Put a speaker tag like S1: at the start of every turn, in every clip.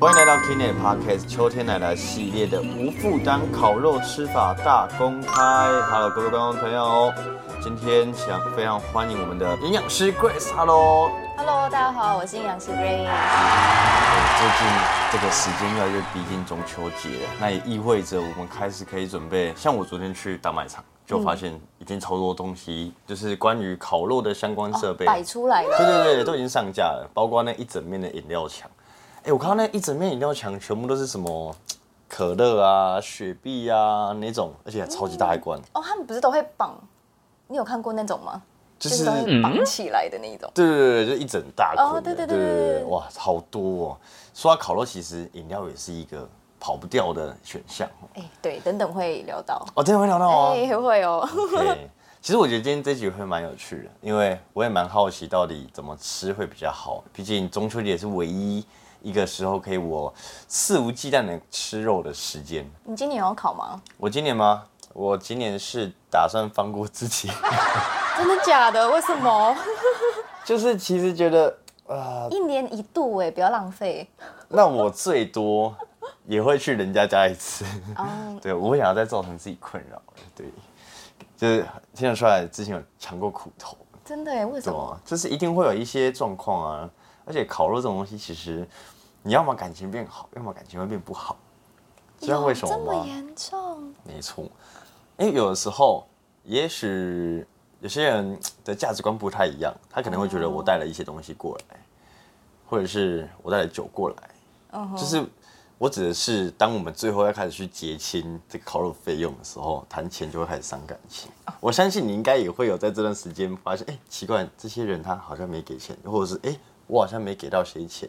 S1: 欢迎来到 Kine Podcast 秋天来了系列的无负担烤肉吃法大公开。Hello，各位观众朋友，今天想非常欢迎我们的营养师 Grace。Hello，
S2: Hello，大家好，我是营养师 Grace。
S1: 最近这个时间越来越逼近中秋节了，那也意味着我们开始可以准备。像我昨天去大卖场，就发现已经超多东西，就是关于烤肉的相关设备、
S2: 哦摆出来了，
S1: 对对对，都已经上架了，包括那一整面的饮料墙。哎、我看到那一整面饮料墙全部都是什么可乐啊、雪碧啊那种，而且还超级大一罐，
S2: 哦，他们不是都会绑？你有看过那种吗？
S1: 就
S2: 就是
S1: 是
S2: 都会绑起来的那一种。
S1: 对对对，就一整大捆的。
S2: 哦对对对对对对
S1: 哇，好多哦！说到烤肉，其实饮料也是一个跑不掉的选项哦。
S2: 哎、对，等等会聊到。
S1: 哦，真的会聊到
S2: 哎、
S1: 哦。
S2: 会哦。
S1: 对，其实我觉得今天这集会蛮有趣的，因为我也蛮好奇到底怎么吃会比较好。毕竟中秋节是唯一一个时候可以我肆无忌惮的吃肉的时间。
S2: 你今年有考吗？
S1: 我今年吗？我今年是打算放过自己，
S2: 真的假的？为什么？
S1: 就是其实觉得啊、
S2: 一年一度哎、不要浪费。
S1: 那我最多也会去人家家一次。
S2: 嗯，
S1: 对，我不想要再造成自己困扰了。对，就是听得出来之前有尝过苦头。
S2: 真的哎、为什
S1: 对
S2: 么？
S1: 啊，就是一定会有一些状况啊。而且烤肉这种东西，其实你要么感情变好，要么感情会变不好，知啊道为什
S2: 这
S1: 么
S2: 么
S1: 吗？
S2: 严重？
S1: 没错，因为有的时候，也许有些人的价值观不太一样，他可能会觉得我带了一些东西过来，或者是我带了酒过来，
S2: 嗯哼，
S1: 就是我指的是，当我们最后要开始去结清这个烤肉费用的时候，谈钱就会开始伤感情。
S2: 哦
S1: 我相信你应该也会有在这段时间发现，哎、奇怪，这些人他好像没给钱，或者是哎、诶我好像没给到谁钱。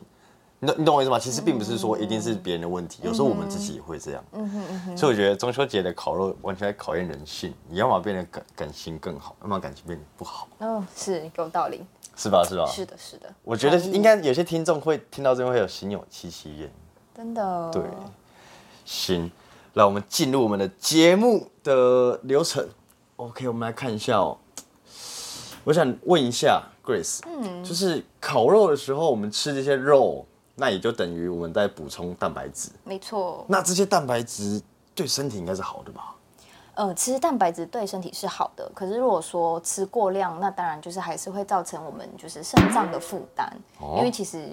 S1: 你懂你懂我意思吗？其实并不是说一定是别人的问题，有时候我们自己也会这样。所以我觉得中秋节的烤肉完全在考验人性，你要么变得感感情更好，要么感情变得不好，
S2: 嗯，是有道理。
S1: 是吧？是吧？
S2: 是的，是的。
S1: 我觉得
S2: 同意
S1: 应该有些听众会听到这边会有心有戚戚焉。
S2: 真的。
S1: 对，行，那我们进入我们的节目的流程。OK，我们来看一下哦。我想问一下 Grace，嗯，就是烤肉的时候，我们吃这些肉，那也就等于我们在补充蛋白质。
S2: 没错。
S1: 那这些蛋白质对身体应该是好的吧？
S2: 呃，吃蛋白质对身体是好的，可是如果说吃过量，那当然就是还是会造成我们就是肾脏的负担，
S1: 哦
S2: 因为其实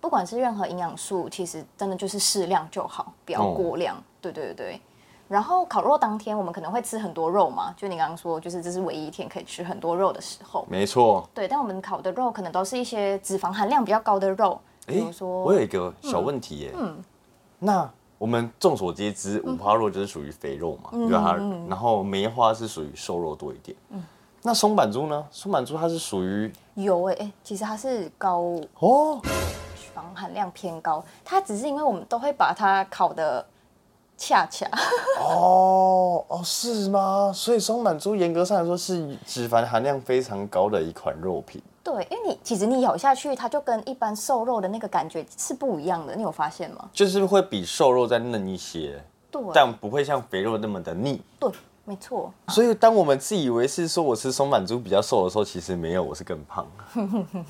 S2: 不管是任何营养素，其实真的就是适量就好，不要
S1: 哦
S2: 过量。对对对。然后烤肉当天，我们可能会吃很多肉嘛，就你刚刚说，就是这是唯一一天可以吃很多肉的时候。
S1: 没错。
S2: 对，但我们烤的肉可能都是一些脂肪含量比较高的肉，比
S1: 诶
S2: 如说，
S1: 我有一个小问题耶。嗯。那我们众所皆知，
S2: 嗯
S1: 五花肉就是属于肥肉嘛，对吧？然后梅花是属于瘦肉多一点。嗯。那松板猪呢？松板猪它是属于
S2: 有诶、诶其实它是高
S1: 哦，
S2: 脂肪含量偏高，它只是因为我们都会把它烤的恰恰，
S1: 哦，哦，是吗？所以松板猪严格上来说是脂肪含量非常高的一款肉品。
S2: 对，因为你其实你咬下去，它就跟一般瘦肉的那个感觉是不一样的，你有发现吗？
S1: 就是会比瘦肉再嫩一些，
S2: 对，
S1: 但不会像肥肉那么的腻。
S2: 对，没错，
S1: 所以，当我们自以为是说我吃松板猪比较瘦的时候，其实没有，我是更胖。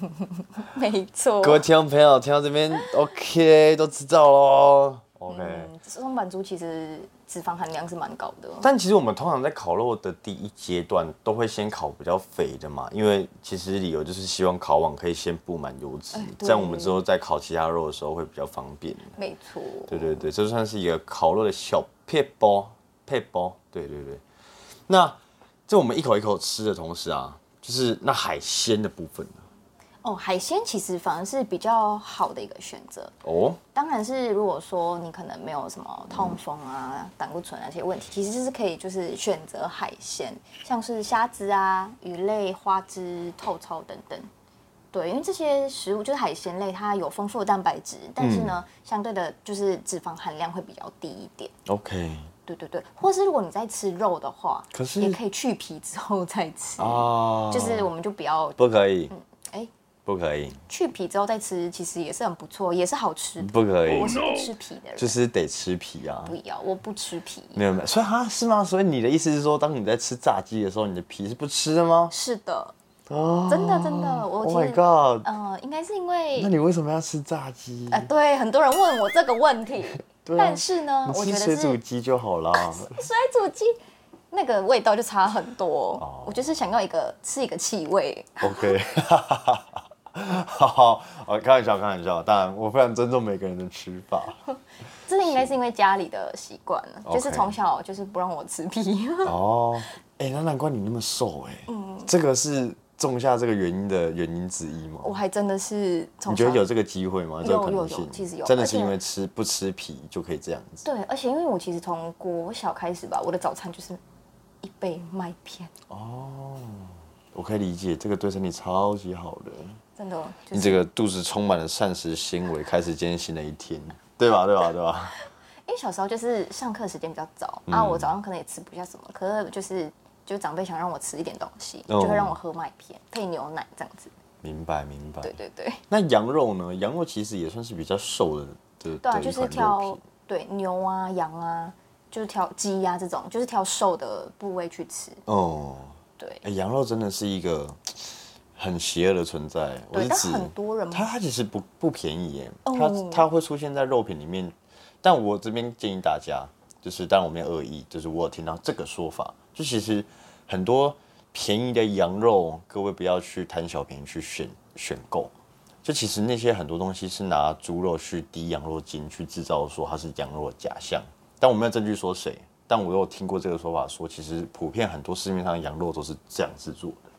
S2: 没 错。
S1: 各位听众朋友，听到这边，OK，都知道喽。OK，、
S2: 嗯，松板猪其实脂肪含量是蛮高的，
S1: 但其实我们通常在烤肉的第一阶段，都会先烤比较肥的嘛，因为其实理由就是希望烤网可以先布满油脂，
S2: 哎对
S1: 这样我们之后在烤其他肉的时候会比较方便。
S2: 没错。
S1: 对对对，这算是一个烤肉的小撇包撇包。对对对，那在我们一口一口吃的同时啊，就是那海鲜的部分呢
S2: 哦，海鲜其实反而是比较好的一个选择。
S1: 哦，
S2: 当然是，如果说你可能没有什么痛风啊、胆固醇啊这些问题，其实是可以就是选择海鲜，像是虾子啊、鱼类、花枝、透抽等等。对，因为这些食物就是海鲜类，它有丰富的蛋白质，但是
S1: 嗯
S2: 呢，相对的就是脂肪含量会比较低一点。
S1: ，OK
S2: 对对对，或是如果你在吃肉的话，
S1: 可是
S2: 也可以去皮之后再吃，
S1: 啊，
S2: 就是我们就不要
S1: 不可以，
S2: 哎
S1: 不可以，
S2: 去皮之后再吃，其实也是很不错，也是好吃的。
S1: 不可以
S2: 我，是不吃皮的人，
S1: 就是得吃皮啊。
S2: 不要，我不吃皮。
S1: 没有没有，所以哈是吗？所以你的意思是说，当你在吃炸鸡的时候，你的皮是不吃的吗？
S2: 是的，
S1: 啊
S2: 真的真的，我
S1: ，Oh
S2: 其
S1: my
S2: 实、
S1: god！
S2: 呃，应该是因为
S1: 那你为什么要吃炸鸡？
S2: 呃，对，很多人问我这个问题，
S1: 对啊
S2: 但是呢
S1: 你，
S2: 我
S1: 吃
S2: 觉得
S1: 水
S2: 是
S1: 煮鸡就好啦。
S2: 水煮鸡那个味道就差很多。
S1: 哦
S2: 我就是想要一个吃一个气味，
S1: OK，好好，我开玩笑，开玩笑。当然，我非常尊重每个人的吃法。
S2: 这应该是因为家里的习惯了，
S1: OK
S2: 就是从小就是不让我吃皮。
S1: 哦，哎、那难怪你那么瘦哎、这个是种下这个原因的原因之一吗？
S2: 我还真的是从
S1: 你
S2: 小
S1: 觉得有这个机会吗？这个可
S2: 有有
S1: 能
S2: 有
S1: 性，
S2: 其实有
S1: 真的
S2: 而
S1: 是因
S2: 且
S1: 为吃不吃皮就可以这样子。
S2: 对，而且因为我其实从国小开始吧，我的早餐就是一杯麦片，
S1: 我可以理解，这个对身体超级好的。
S2: 真的就
S1: 你
S2: 是
S1: 这个肚子充满了膳食纤维，开始今天新的一天，对吧？对吧？对吧？
S2: 因为小时候就是上课时间比较早，啊，
S1: 嗯
S2: 我早上可能也吃不下什么，可是就是就长辈想让我吃一点东西，
S1: 哦
S2: 就会让我喝麦片配牛奶这样子。
S1: 明白，明白。
S2: 对对对，
S1: 那羊肉呢？羊肉其实也算是比较瘦的的
S2: 对啊，
S1: 的
S2: 就
S1: 一
S2: 是
S1: 款
S2: 挑
S1: 肉品。
S2: 对牛啊、羊啊，就是挑鸡啊呀、这种，就是挑瘦的部位去吃。
S1: 哦，
S2: 对
S1: 哎、羊肉真的是一个很邪恶的存在。我
S2: 对，
S1: 是
S2: 但
S1: 指
S2: 很多人
S1: 它它其实不不便宜耶，
S2: 哦
S1: 它它会出现在肉品里面。但我这边建议大家，就是当然我没有恶意，就是我有听到这个说法，就其实很多便宜的羊肉，各位不要去贪小便宜去选选购。就其实那些很多东西是拿猪肉去滴羊肉精去制造说它是羊肉的假象，但我没有证据说谁，但我有听过这个说法说，其实普遍很多市面上的羊肉都是这样制作的。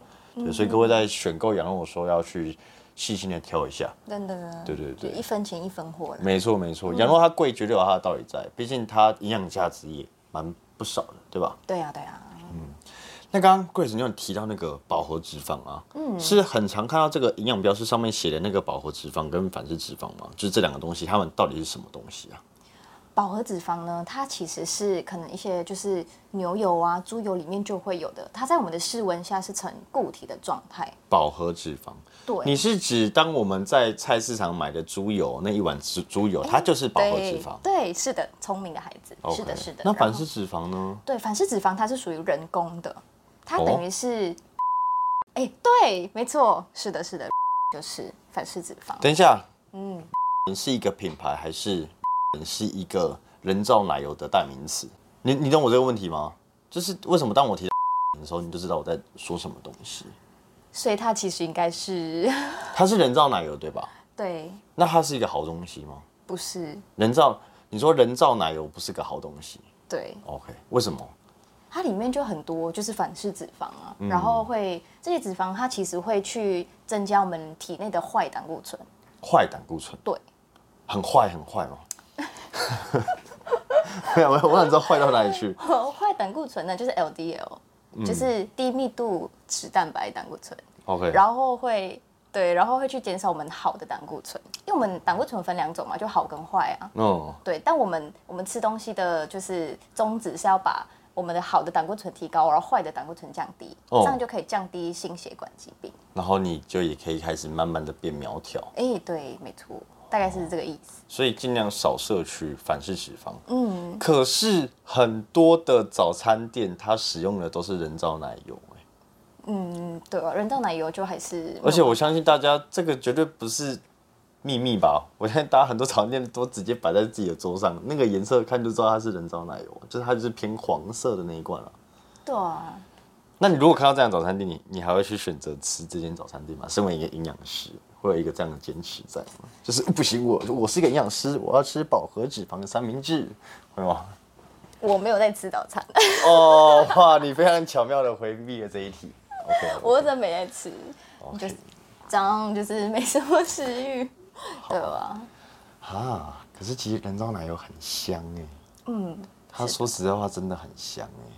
S1: 对，所以各位在选购羊肉的时候要去细心的挑一下。
S2: 真的，
S1: 对对对
S2: 就一分钱一分货了。
S1: 没错没
S2: 嗯
S1: 错，羊肉它贵绝对有它的道理在，毕竟它营养价值也蛮不少的，对吧？
S2: 对啊，对啊，
S1: 那刚刚 Grace 你有提到那个饱和脂肪啊，嗯，是很常看到这个营养标示上面写的那个饱和脂肪跟反式脂肪吗？就是这两个东西，它们到底是什么东西啊？
S2: 饱和脂肪呢，它其实是可能一些就是牛油啊、猪油里面就会有的，它在我们的室温下是呈固体的状态。
S1: 饱和脂肪，你
S2: 对，
S1: 是指当我们在菜市场买的猪油那一碗猪猪油，它就是饱和脂肪
S2: 对，对，是的，聪明的孩子
S1: OK
S2: 是的，是的。
S1: 那反
S2: 然后
S1: 式脂肪呢？
S2: 对反式脂肪，它是属于人工的，它
S1: 哦
S2: 等于是，哎、对，没错，是的，是的，就是反式脂肪。
S1: 等一下，
S2: 嗯，
S1: 是一个品牌还是是一个人造奶油的代名词？你你懂我这个问题吗？就是为什么当我提到 的时候，你就知道我在说什么东西？
S2: 所以它其实应该是
S1: 它是人造奶油对吧？
S2: 对，
S1: 那它是一个好东西吗？
S2: 不是
S1: 人造，你说人造奶油不是个好东西
S2: 对，
S1: ？OK，为什么？
S2: 它里面就很多就是反式脂肪啊，
S1: 嗯
S2: 然后会这些脂肪它其实会去增加我们体内的坏胆固醇。
S1: 坏胆固醇，
S2: 对，
S1: 很坏很坏吗？ 没有没有，我想知道坏到哪里去。
S2: 坏胆固醇呢就是 LDL，、就是
S1: 嗯
S2: 低密度脂蛋白胆固醇，
S1: OK，
S2: 然后会对，然后会去减少我们好的胆固醇，因为我们胆固醇分两种嘛，就好跟坏啊。
S1: 嗯，
S2: 对，但我们我们吃东西的就是宗旨是要把我们的好的胆固醇提高，然后坏的胆固醇降低，
S1: 哦
S2: 这样就可以降低心血管疾病。
S1: 然后你就也可以开始慢慢的变苗条。
S2: 哎、对，没错，大概是这个意思。
S1: 所以尽量少摄取反式脂肪。
S2: 嗯，
S1: 可是很多的早餐店它使用的都是人造奶油、欸
S2: 嗯，对啊，人造奶油就还是，
S1: 而且我相信大家这个绝对不是秘密吧？ 我相信大家很多早餐店都直接摆在自己的桌上，那个颜色看就知道它是人造奶油，啊就是它就是偏黄色的那一罐了、
S2: 对啊，
S1: 那你如果看到这样的早餐店，你你还会去选择吃这间早餐店吗？身为一个营养师，会有一个这样的坚持在吗？就是不行，我我是一个营养师，我要吃饱和脂肪的三明治，会吗？
S2: 我没有在吃早餐，
S1: 哦，哇，你非常巧妙的回避了这一题。OK，
S2: 我真的没在吃，
S1: OK
S2: 就是这样，就是没什么食欲，对吧？
S1: 啊，可是其实人造奶油很香哎，
S2: 嗯，
S1: 他说实在话真的很香哎。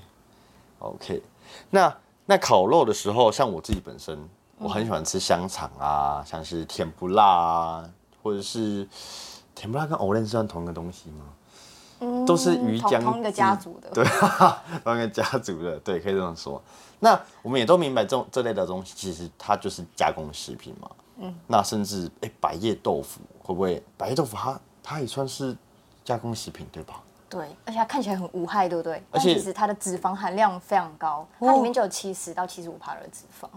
S1: OK，那那烤肉的时候，像我自己本身，我很喜欢吃香肠啊，像是甜不辣啊，或者是甜不辣跟藕莲算同一个东西吗？
S2: 嗯
S1: 都是鱼
S2: 同
S1: 浆
S2: 同一个
S1: 汁
S2: 家族的，
S1: 对，哈哈，同一个家族的，对，可以这么说。那我们也都明白，这种这类的东西其实它就是加工食品嘛。嗯，那甚至哎、百叶豆腐会不会？百叶豆腐它它也算是加工食品对吧？
S2: 对，而且它看起来很无害，对不对？
S1: 而
S2: 但
S1: 且
S2: 其实它的脂肪含量非常高，它里面就有七十到七十五帕的脂肪。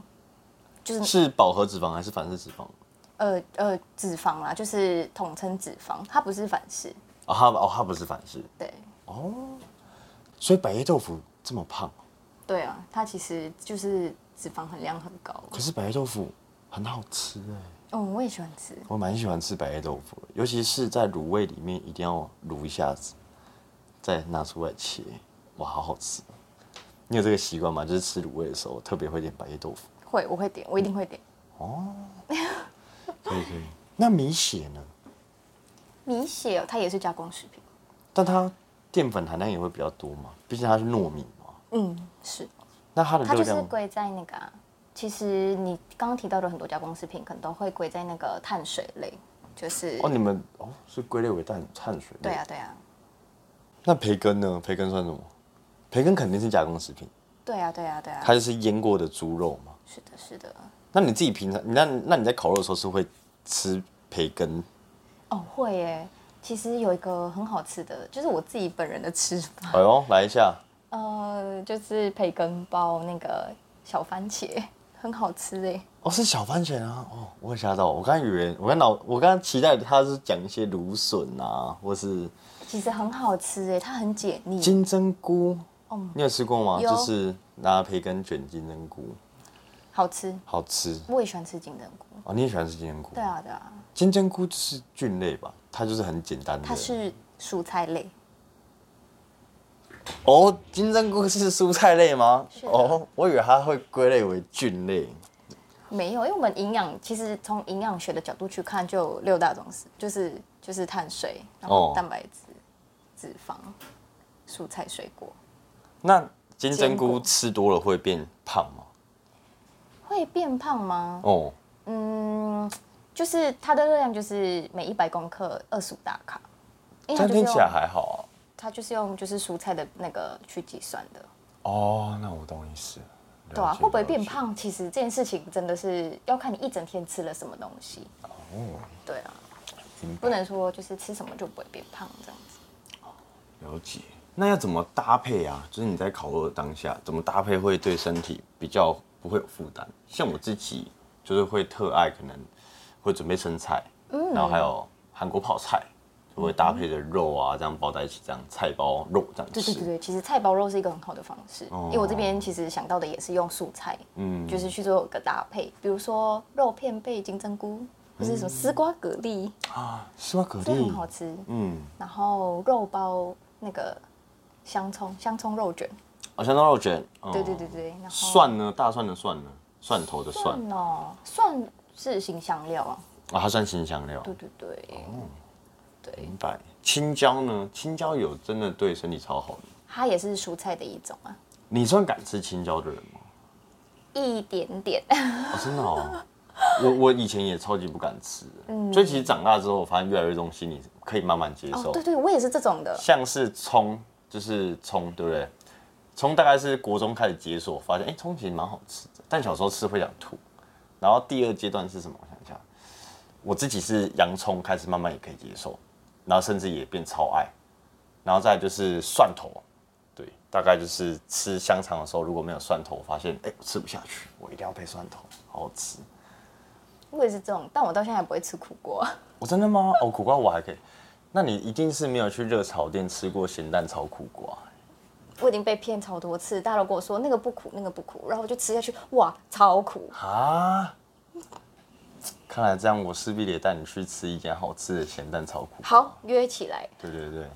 S2: 就是
S1: 是饱和脂肪还是反式脂肪？
S2: 呃呃脂肪啦，就是统称脂肪，它不是反式。
S1: 哦，它哦它不是反式，
S2: 对
S1: 所以百叶豆腐这么胖，
S2: 对啊，它其实就是脂肪含量很高。
S1: 可是百叶豆腐很好吃哎、
S2: 嗯，我也喜欢吃。
S1: 我蛮喜欢吃百叶豆腐的，尤其是在卤味里面一定要卤一下子，再拿出来切，哇，好好吃！你有这个习惯吗？就是吃卤味的时候特别会点百叶豆腐。
S2: 会，我会点，我一定会点。
S1: 可以可以。那米血呢？
S2: 米血、哦、它也是加工食品，
S1: 但它淀粉含量也会比较多嘛，毕竟它是糯米嘛。
S2: 嗯，是，
S1: 那它的
S2: 它
S1: 热
S2: 就是
S1: 量
S2: 归在那个、啊。其实你刚刚提到的很多加工食品，可能都会归在那个碳水类，就是、
S1: 哦，你们哦是归类为碳碳水。
S2: 对啊，。对啊，
S1: 那培根呢？培根算什么？培根肯定是加工食品，
S2: 对啊，对啊，对啊
S1: 它，就是腌过的猪肉嘛。
S2: 是的，是的。
S1: 那你自己平常，那那你在烤肉的时候是会吃培根
S2: 哦，会耶。其实有一个很好吃的，就是我自己本人的吃法，
S1: 哎呦，来一下，
S2: 呃，就是培根包那个小番茄，很好吃哎。
S1: 哦，是小番茄啊，哦，我有吓到，我刚以为，我刚脑，我刚期待他是讲一些芦笋啊，或是
S2: 其实很好吃哎，它很解腻。
S1: 金针菇，你有吃过吗？
S2: 嗯哦有
S1: 就是拿培根卷金针菇，
S2: 好吃，
S1: 好吃
S2: 我也喜欢吃金针菇。
S1: 哦，你也喜欢吃金针菇？
S2: 对，啊，对啊，
S1: 金针菇就是菌类吧，它就是很简单的。
S2: 它是蔬菜类，
S1: 哦，金针菇是蔬菜类吗？
S2: 是的
S1: 哦，我以为它会归类为菌类。
S2: 没有，因为我们营养其实从营养学的角度去看，就有六大种食，就是就是碳水，然
S1: 哦
S2: 后蛋白质、脂肪、蔬菜、水果。
S1: 那金针
S2: 坚
S1: 菇
S2: 果
S1: 吃多了会变胖吗？
S2: 会变胖吗？
S1: 哦，
S2: 嗯，就是它的热量就是每一百公克二十五大卡，因为它
S1: 但
S2: 就是
S1: 听
S2: 用
S1: 起来还好啊。
S2: 它就是用就是蔬菜的那个去计算的，
S1: 哦，那我懂意思了。
S2: 对啊，
S1: 了解
S2: 会不会变？
S1: 了
S2: 胖？其实这件事情真的是要看你一整天吃了什么东西。哦，对啊，
S1: 解明
S2: 不
S1: 白
S2: 能说就是吃什么就不会变胖这样子。
S1: 了解。那要怎么搭配啊？就是你在烤肉的当下，怎么搭配会对身体比较不会有负担？像我自己就是会特爱，可能会准备生菜，
S2: 嗯
S1: 然后还有韩国泡菜，就会搭配着肉啊，这样包在一起，这样菜包肉这样吃。
S2: 对对对对，其实菜包肉是一个很好的方式，因为我这边其实想到的也是用素菜，嗯，就是去做个搭配，比如说肉片配金针菇，或是什么丝瓜蛤蜊，
S1: 啊，丝瓜蛤
S2: 这很
S1: 蜊
S2: 好，吃。
S1: 嗯，
S2: 然后肉包那个香葱，香葱肉卷，
S1: 好像肉卷，嗯
S2: 对对对。对，然后
S1: 蒜呢？大蒜的蒜呢？蒜头的蒜
S2: 蒜哦，蒜是新香料啊，
S1: 啊，它算新香料。
S2: 对对对，对，
S1: 明白。青椒呢？青椒有真的对身体超好的。
S2: 它也是蔬菜的一种啊，
S1: 你算敢吃青椒的人吗？
S2: 一点点，
S1: 哦、真的哦。嗯我我以前也超级不敢吃，所以其实长大之后，我发现越来越多东西你可以慢慢接受，
S2: 哦，对对，我也是这种的，
S1: 像是葱，就是葱，对不对？葱大概是国中开始解锁，发现哎，葱其实蛮好吃的，但小时候吃会想吐。然后第二阶段是什么？我想一下，我自己是洋葱开始慢慢也可以接受，然后甚至也变超爱。然后再来就是蒜头，对，大概就是吃香肠的时候如果没有蒜头，我发现哎、我吃不下去，我一定要配蒜头，好好吃。
S2: 我也是这种，但我到现在还不会吃苦瓜。
S1: 我、真的吗？哦，苦瓜我还可以。那你一定是没有去热炒店吃过咸蛋炒苦瓜、
S2: 我已经被骗超多次，大家都跟我说那个不苦，那个不苦，然后我就吃下去，哇，超苦！
S1: 啊！看来这样，我势必得带你去吃一间好吃的咸蛋炒苦。
S2: 好，，约起来。
S1: 对对对。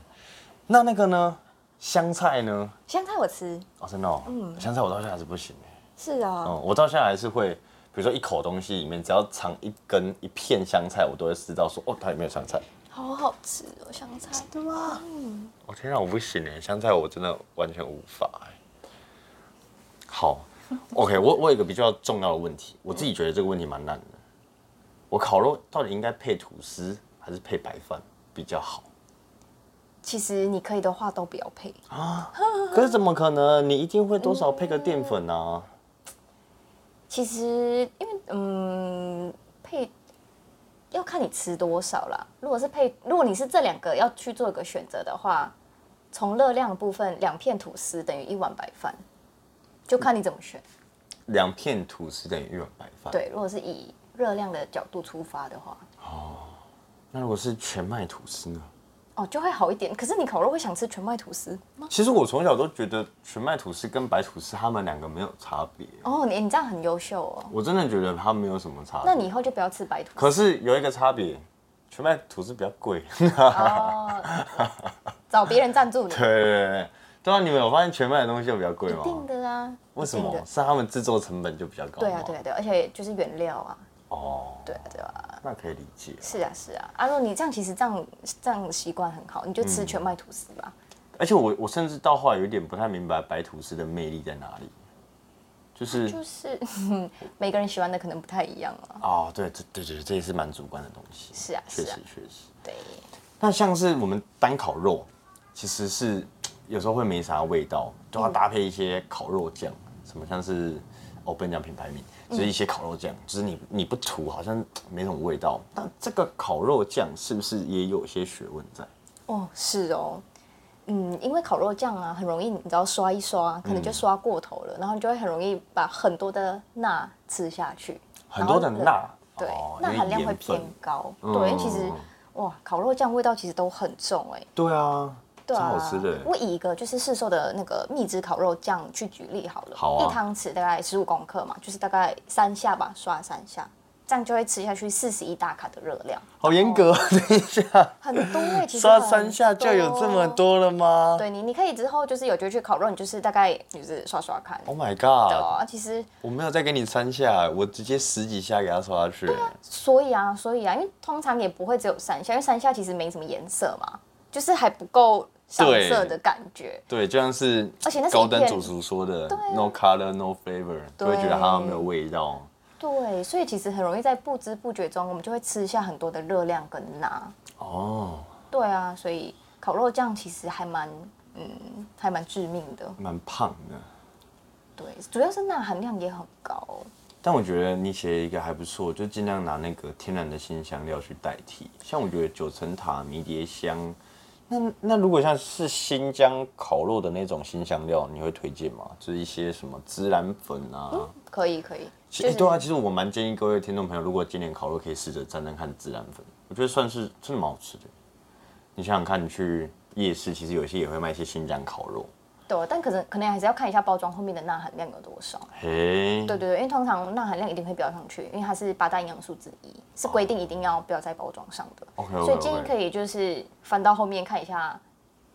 S1: 那那个呢？香菜呢？
S2: 香菜我吃，
S1: 哦，真的哦，香菜我到现在还是不行哎。
S2: 是啊，
S1: 嗯，我到现在还是会，比如说一口东西里面，只要尝一根一片香菜，我都会知道说，哦，它里面有香菜。
S2: 好好吃哦，香菜。对吗？
S1: 我、天啊，我不行哎，香菜我真的完全无法哎。好，OK，我我有一个比较重要的问题，我自己觉得这个问题蛮难的。我烤肉到底应该配吐司还是配白饭比较好？
S2: 其实你可以的话都不要配，
S1: 可是怎么可能？你一定会多少配个淀粉啊？
S2: 其实因为嗯配要看你吃多少啦。如果是配，如果你是这两个要去做一个选择的话，从热量的部分，两片吐司等于一碗白饭，就看你怎么选。
S1: 两片吐司等于一碗白饭。，
S2: 对，如果是以热量的角度出发的话，
S1: 那如果是全麦吐司呢？
S2: 哦，就会好一点。可是你烤肉会想吃全麦吐司吗？
S1: 其实我从小都觉得全麦吐司跟白吐司它们两个没有差别，
S2: 哦，你你这样很优秀哦。
S1: 我真的觉得它没有什么差别。
S2: 那你以后就不要吃白吐 司
S1: 可是有一个差别，全麦吐司比较 贵。
S2: 哦，找别人赞助你，
S1: 对
S2: 一
S1: 对对对，对啊，你们有发现全麦的东西有比较贵吗？
S2: 定的啊。
S1: 为什
S2: 一定
S1: 么？
S2: 的
S1: 是他们制作成本就比较高吗
S2: 对啊，对啊，对啊，而且就是原料啊，
S1: 哦，
S2: 对啊，对啊，
S1: 那可以理解。
S2: 是啊，是啊。阿若，你这样其实这样这样习惯很好，你就吃全麦吐司吧。
S1: 而且我我甚至到后来有一点不太明白白吐司的魅力在哪里，就是
S2: 就是 每个人喜欢的可能不太一样啊。
S1: 哦，对对对对，这也是蛮主观的东西。
S2: 是啊
S1: 确
S2: 是啊
S1: 实确实。
S2: 对，
S1: 那像是我们单烤肉，其实是有时候会没啥味道，都
S2: 嗯
S1: 要搭配一些烤肉酱，什么像是哦不能讲品牌名，
S2: 嗯
S1: 就是一些烤肉酱，就是你你不涂好像没什么味道。
S2: 嗯
S1: 但这个烤肉酱是不是也有些学问在？
S2: 哦，是哦。嗯，因为烤肉酱啊，很容易，你知道刷一刷，可能就刷过头
S1: 嗯
S2: 了，然后你就会很容易把很多的钠吃下去，
S1: 很多的
S2: 然后
S1: 钠，
S2: 对
S1: 哦，
S2: 钠、
S1: 因为
S2: 含量会
S1: 盐分
S2: 偏高。
S1: 嗯
S2: 对，因为其实
S1: 嗯
S2: 哇，烤肉酱味道其实都很重哎、
S1: 对啊，
S2: 对
S1: 超
S2: 啊，
S1: 好吃的。
S2: 我以一个就是市售的那个蜜汁烤肉酱去举例好了，
S1: 好啊
S2: 一汤匙大概十五公克嘛，就是大概三下吧，刷三下，这样就会吃下去四十一大卡的热量，
S1: 好严格，等一下，
S2: 很多哎、哦其实
S1: 刷
S2: 很
S1: 三下就有这么。多了吗
S2: 对你，你可以之后就是有机会去烤肉，你就是大概就是刷刷看。
S1: ？Oh my
S2: 对
S1: god！
S2: 啊，其实
S1: 我没有再给你三下，我直接十几下给它刷下去。
S2: 所以啊，所以啊，因为通常也不会只有三下，因为三下其实没什么颜色嘛，就是还不够上
S1: 对
S2: 色的感觉。
S1: 对，就像是
S2: 而且那是一
S1: 高
S2: 片
S1: 端主厨说的、
S2: 啊
S1: n o color, no flavor”，就会觉得它没有味道。
S2: 对，所以其实很容易在不知不觉中，我们就会吃下很多的热量跟钠。
S1: 哦，
S2: 对啊，所以烤肉酱其实还蛮，嗯，还蛮致命的。
S1: 蛮胖的。
S2: 对，主要是钠含量也很高。
S1: 但我觉得你写一个还不错，就尽量拿那个天然的新香料去代替。像我觉得九层塔、迷迭香，那那如果像是新疆烤肉的那种新香料，你会推荐吗？就是一些什么孜然粉啊？
S2: 可以，可以，
S1: 其欸对啊，其实我蛮建议各位听众朋友，如果今年烤肉可以试着沾沾看孜然粉，我觉得算是真的蛮好吃的。你想想看，你去夜市，其实有些也会卖一些新疆烤肉，
S2: 对，啊但可能可能还是要看一下包装后面的钠含量有多少。
S1: 嗯嘿，
S2: 对对对，因为通常钠含量一定会标上去，因为它是八大营养素之一，是规定一定要标在包装上的。
S1: OK，OK，OK
S2: 所以建议可以就是翻到后面看一下，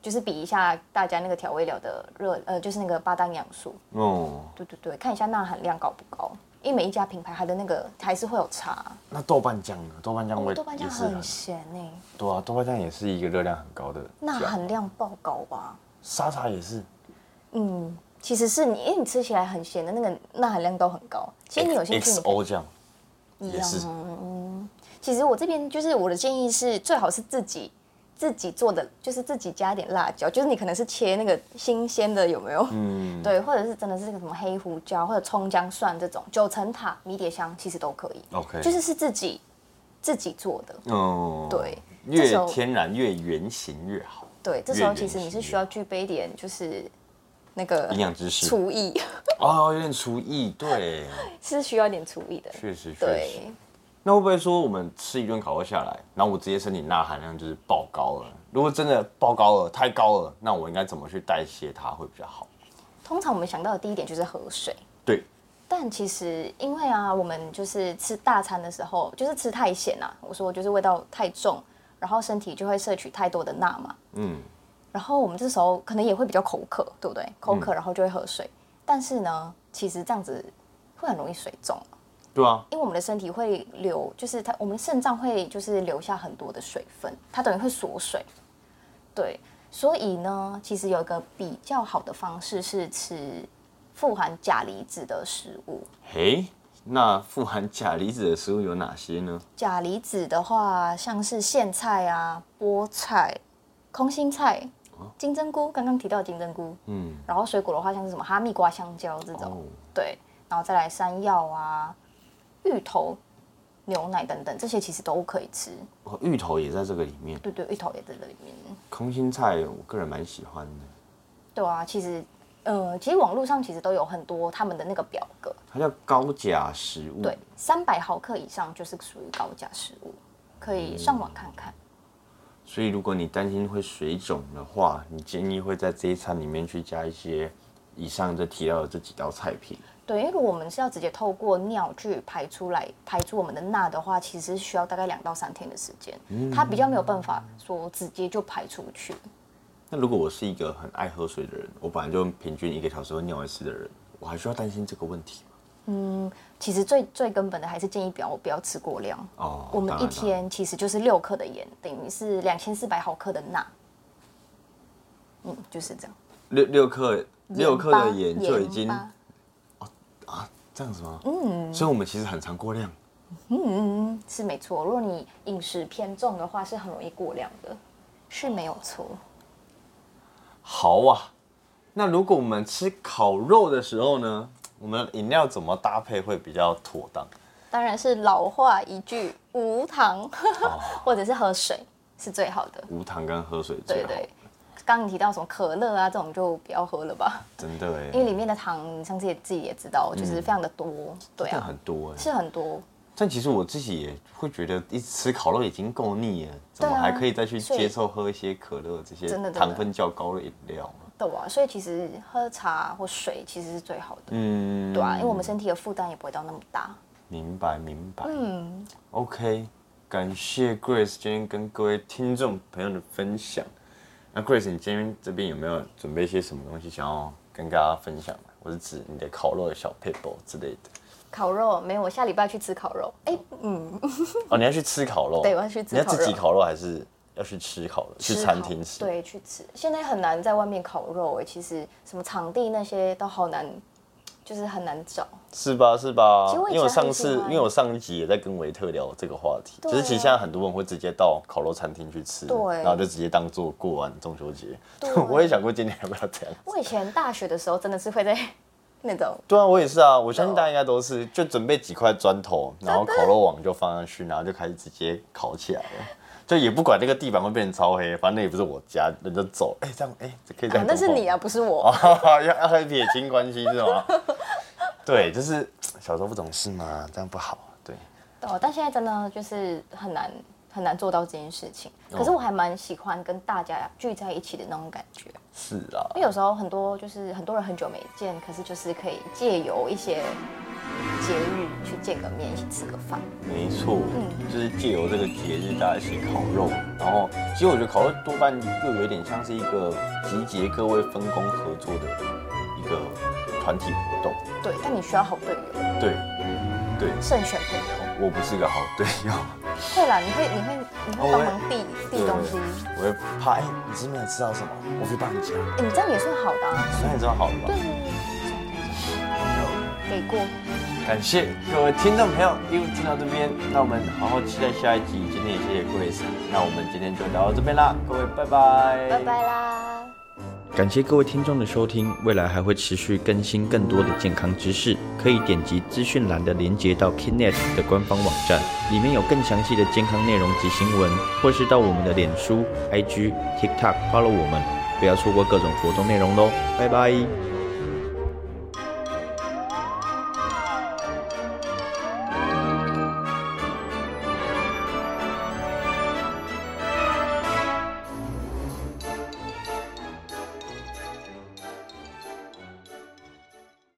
S2: 就是比一下大家那个调味料的热呃，就是那个八大营养素。
S1: 哦，
S2: 对对对，看一下钠含量高不高，因为每一家品牌它的那个还是会有差。
S1: 那豆瓣酱呢？豆瓣酱
S2: 我
S1: 味
S2: 哦豆瓣酱
S1: 也是很啊
S2: 很咸呢、
S1: 对啊，豆瓣酱也是一个热量很高的
S2: 钠
S1: 酱
S2: 含量爆高吧？
S1: 沙茶也是，
S2: 嗯，其实是你，因为你吃起来很咸的那个钠含量都很高。其实你有兴趣，你可以
S1: XO 酱也是，
S2: 其实我这边就是我的建议是，最好是自己自己做的，就是自己加点辣椒，就是你可能是切那个新鲜的有没有？
S1: 嗯，
S2: 对，或者是真的是什么黑胡椒或者葱姜蒜这种，九层塔、迷迭香其实都可以。
S1: OK
S2: 就是是自己自己做的。
S1: 哦，
S2: 对这时
S1: 越
S2: 候
S1: 天然越圆形越好，
S2: 对，这时
S1: 越
S2: 候
S1: 原
S2: 其实你
S1: 始
S2: 是需
S1: 越
S2: 要具备一点就是那个
S1: 营养知识
S2: 厨艺
S1: 哦，有点厨艺，对，
S2: 是需要一点厨艺的。
S1: 确实确实。
S2: 对，
S1: 那会不会说我们吃一顿烤肉下来，然后我直接身体钠含量就是爆高了？如果真的爆高了，太高了，那我应该怎么去代谢它会比较好？
S2: 通常我们想到的第一点就是喝水。
S1: 对，
S2: 但其实，因为啊，我们就是吃大餐的时候，就是吃太咸啊，我说就是味道太重，然后身体就会摄取太多的钠嘛。
S1: 嗯，
S2: 然后我们这时候可能也会比较口渴，对不对？口
S1: 嗯
S2: 渴，然后就会喝水。但是呢，其实这样子会很容易水肿，
S1: 对啊，
S2: 因为我们的身体会流，就是它，我们肾脏会就是留下很多的水分，它等于会锁水。对，所以呢，其实有一个比较好的方式是吃富含钾离子的食物。
S1: 嘿，那富含钾离子的食物有哪些呢？
S2: 钾离子的话，像是苋菜啊、菠菜、空心菜、金针菇，刚刚提到的金针菇，
S1: 嗯，
S2: 然后水果的话，像是什么哈密瓜、香蕉这种，
S1: 哦
S2: 对，然后再来山药啊、芋头、牛奶等等，这些其实都可以吃。
S1: 哦，芋头也在这个里面，
S2: 对对，芋头也在这里面。
S1: 空心菜我个人蛮喜欢的。
S2: 对啊，其实呃，其实网络上其实都有很多他们的那个表格，
S3: 它叫高钾食物。
S2: 对，，三百毫克以上就是属于高价食物，可
S3: 嗯
S2: 以上网看看。
S3: 所以如果你担心会水肿的话，你建议会在这一餐里面去加一些以上这提到的这几道菜品。
S2: 对，因为如果我们是要直接透过尿去排出来排出我们的钠的话，其实需要大概两到三天的时间，
S3: 嗯
S2: 它比较没有办法说直接就排出去。
S3: 那如果我是一个很爱喝水的人，我本来就平均一个小时会尿一次的人，我还需要担心这个问题吗？
S2: 其实最最根本的还是建议不要不要吃过量。
S3: 哦，
S2: 我们
S3: 当
S2: 一
S3: 然当然
S2: 天其实就是六克的盐，等于是两千四百毫克的钠。嗯，就是这样。
S3: 六六克六克的
S2: 巴
S3: 盐就已经
S2: 巴
S3: 这样子吗？嗯，所以我们其实很常过量。
S2: 是没错。如果你饮食偏重的话，是很容易过量的，是没有错。
S1: 好啊，
S3: 那如果我们吃烤肉的时候呢？
S1: 我们饮料怎么搭配会比较妥当？
S2: 当然是老话一句，无糖， 或者是喝水是最好的。
S3: 无糖跟喝水最
S2: 对
S3: 好，
S2: 对，刚刚你提到什么可乐啊这种就不要喝了吧，
S3: 真的哎，
S2: 因为里面的糖你上次也自己也知道，就是非常的多。对
S3: 但
S2: 啊，
S3: 嗯很多哎。
S2: 是很多。
S3: 但其实我自己也会觉得，一直吃烤肉已经够腻了，怎
S2: 对啊
S3: 么还可以再去
S2: 所以
S3: 接受喝一些可乐这些
S2: 真的真的
S3: 糖分较高的饮料呢？
S2: 对啊，所以其实喝茶或水其实是最好的，
S3: 嗯，
S2: 对啊，因为我们身体的负担也不会到那么大。
S3: 明白明白。嗯，OK，感谢 Grace 今天跟各位听众朋友的分享。那 Grace，你今天这边有没有准备一些什么东西想要跟大家分享？我是指你的烤肉的小 paper 之类的。
S2: 烤肉没有，我下礼拜去吃烤肉。哎，
S1: 哦，你要去吃烤肉？
S2: 对我要去吃
S1: 你要
S2: 烤肉
S1: 自己烤肉还是要去吃烤肉？去
S2: 吃
S1: 餐
S2: 烤
S1: 厅吃？，
S2: 对，去吃。现在很难在外面烤肉哎，其实什么场地那些都好难，就是很难找。
S1: 是吧？是吧
S2: 其实我？以前
S1: 因为我上次
S2: 很喜，欢
S1: 因为我上一集也在跟维特聊这个话题，
S2: 对啊
S1: 就是其实现在很多人会直接到烤肉餐厅去吃，
S2: 对
S1: 然后就直接当做过完中秋节
S2: 对。
S1: 我也想过今年要不要这样。
S2: 我以前大学的时候真的是会在 那种
S1: 对啊，我也是啊，我相信大家应该都 是，就准备几块砖头，然后烤肉网就放上去，然后就开始直接烤起来了，就也不管那个地板会变成超黑，反正那也不是我家，人就走，哎、这样，哎、这可以这
S2: 啊
S1: 样、，
S2: 那是你啊，，不是我。
S1: 要 要和撇清关系是吗？ 对，就是小时候不懂事嘛，这样不好，对，
S2: 哦，但现在真的就是很难很难做到这件事情。
S1: 哦
S2: 可是我还蛮喜欢跟大家聚在一起的那种感觉，
S1: 是啊，
S2: 因为有时候很多就是很多人很久没见，可是就是可以借由一些节日去见个面，一起吃个饭。
S1: 没错，就是借由这个节日大家一起烤肉，然后其实我觉得烤肉多半又有点像是一个集结各位分工合作的一个团体活动。
S2: 对，但你需要好队友，
S1: 对，对，
S2: 慎选朋友。
S1: 我不是个好队友，
S2: 会啦，你会你会你会
S1: 哦
S2: 帮
S1: 我
S2: 忙递递东西，
S1: 我会怕。哎、你是没有吃到什么，我去帮你夹。
S2: 哎你这样也算好的啊。
S1: 虽然知道好了吧
S2: 对，？对对给过。
S1: 感谢各位听众朋友一路听到这边，那我们好好期待下一集。今天也谢谢 Grace，那我们今天就聊到这边啦，各位拜拜，
S2: 拜拜啦。
S3: 感谢各位听众的收听，未来还会持续更新更多的健康知识，可以点击资讯栏的连接到 Kinet 的官方网站，里面有更详细的健康内容及新闻，或是到我们的脸书、IG、TikTok follow 我们，不要错过各种活动内容喽，拜拜。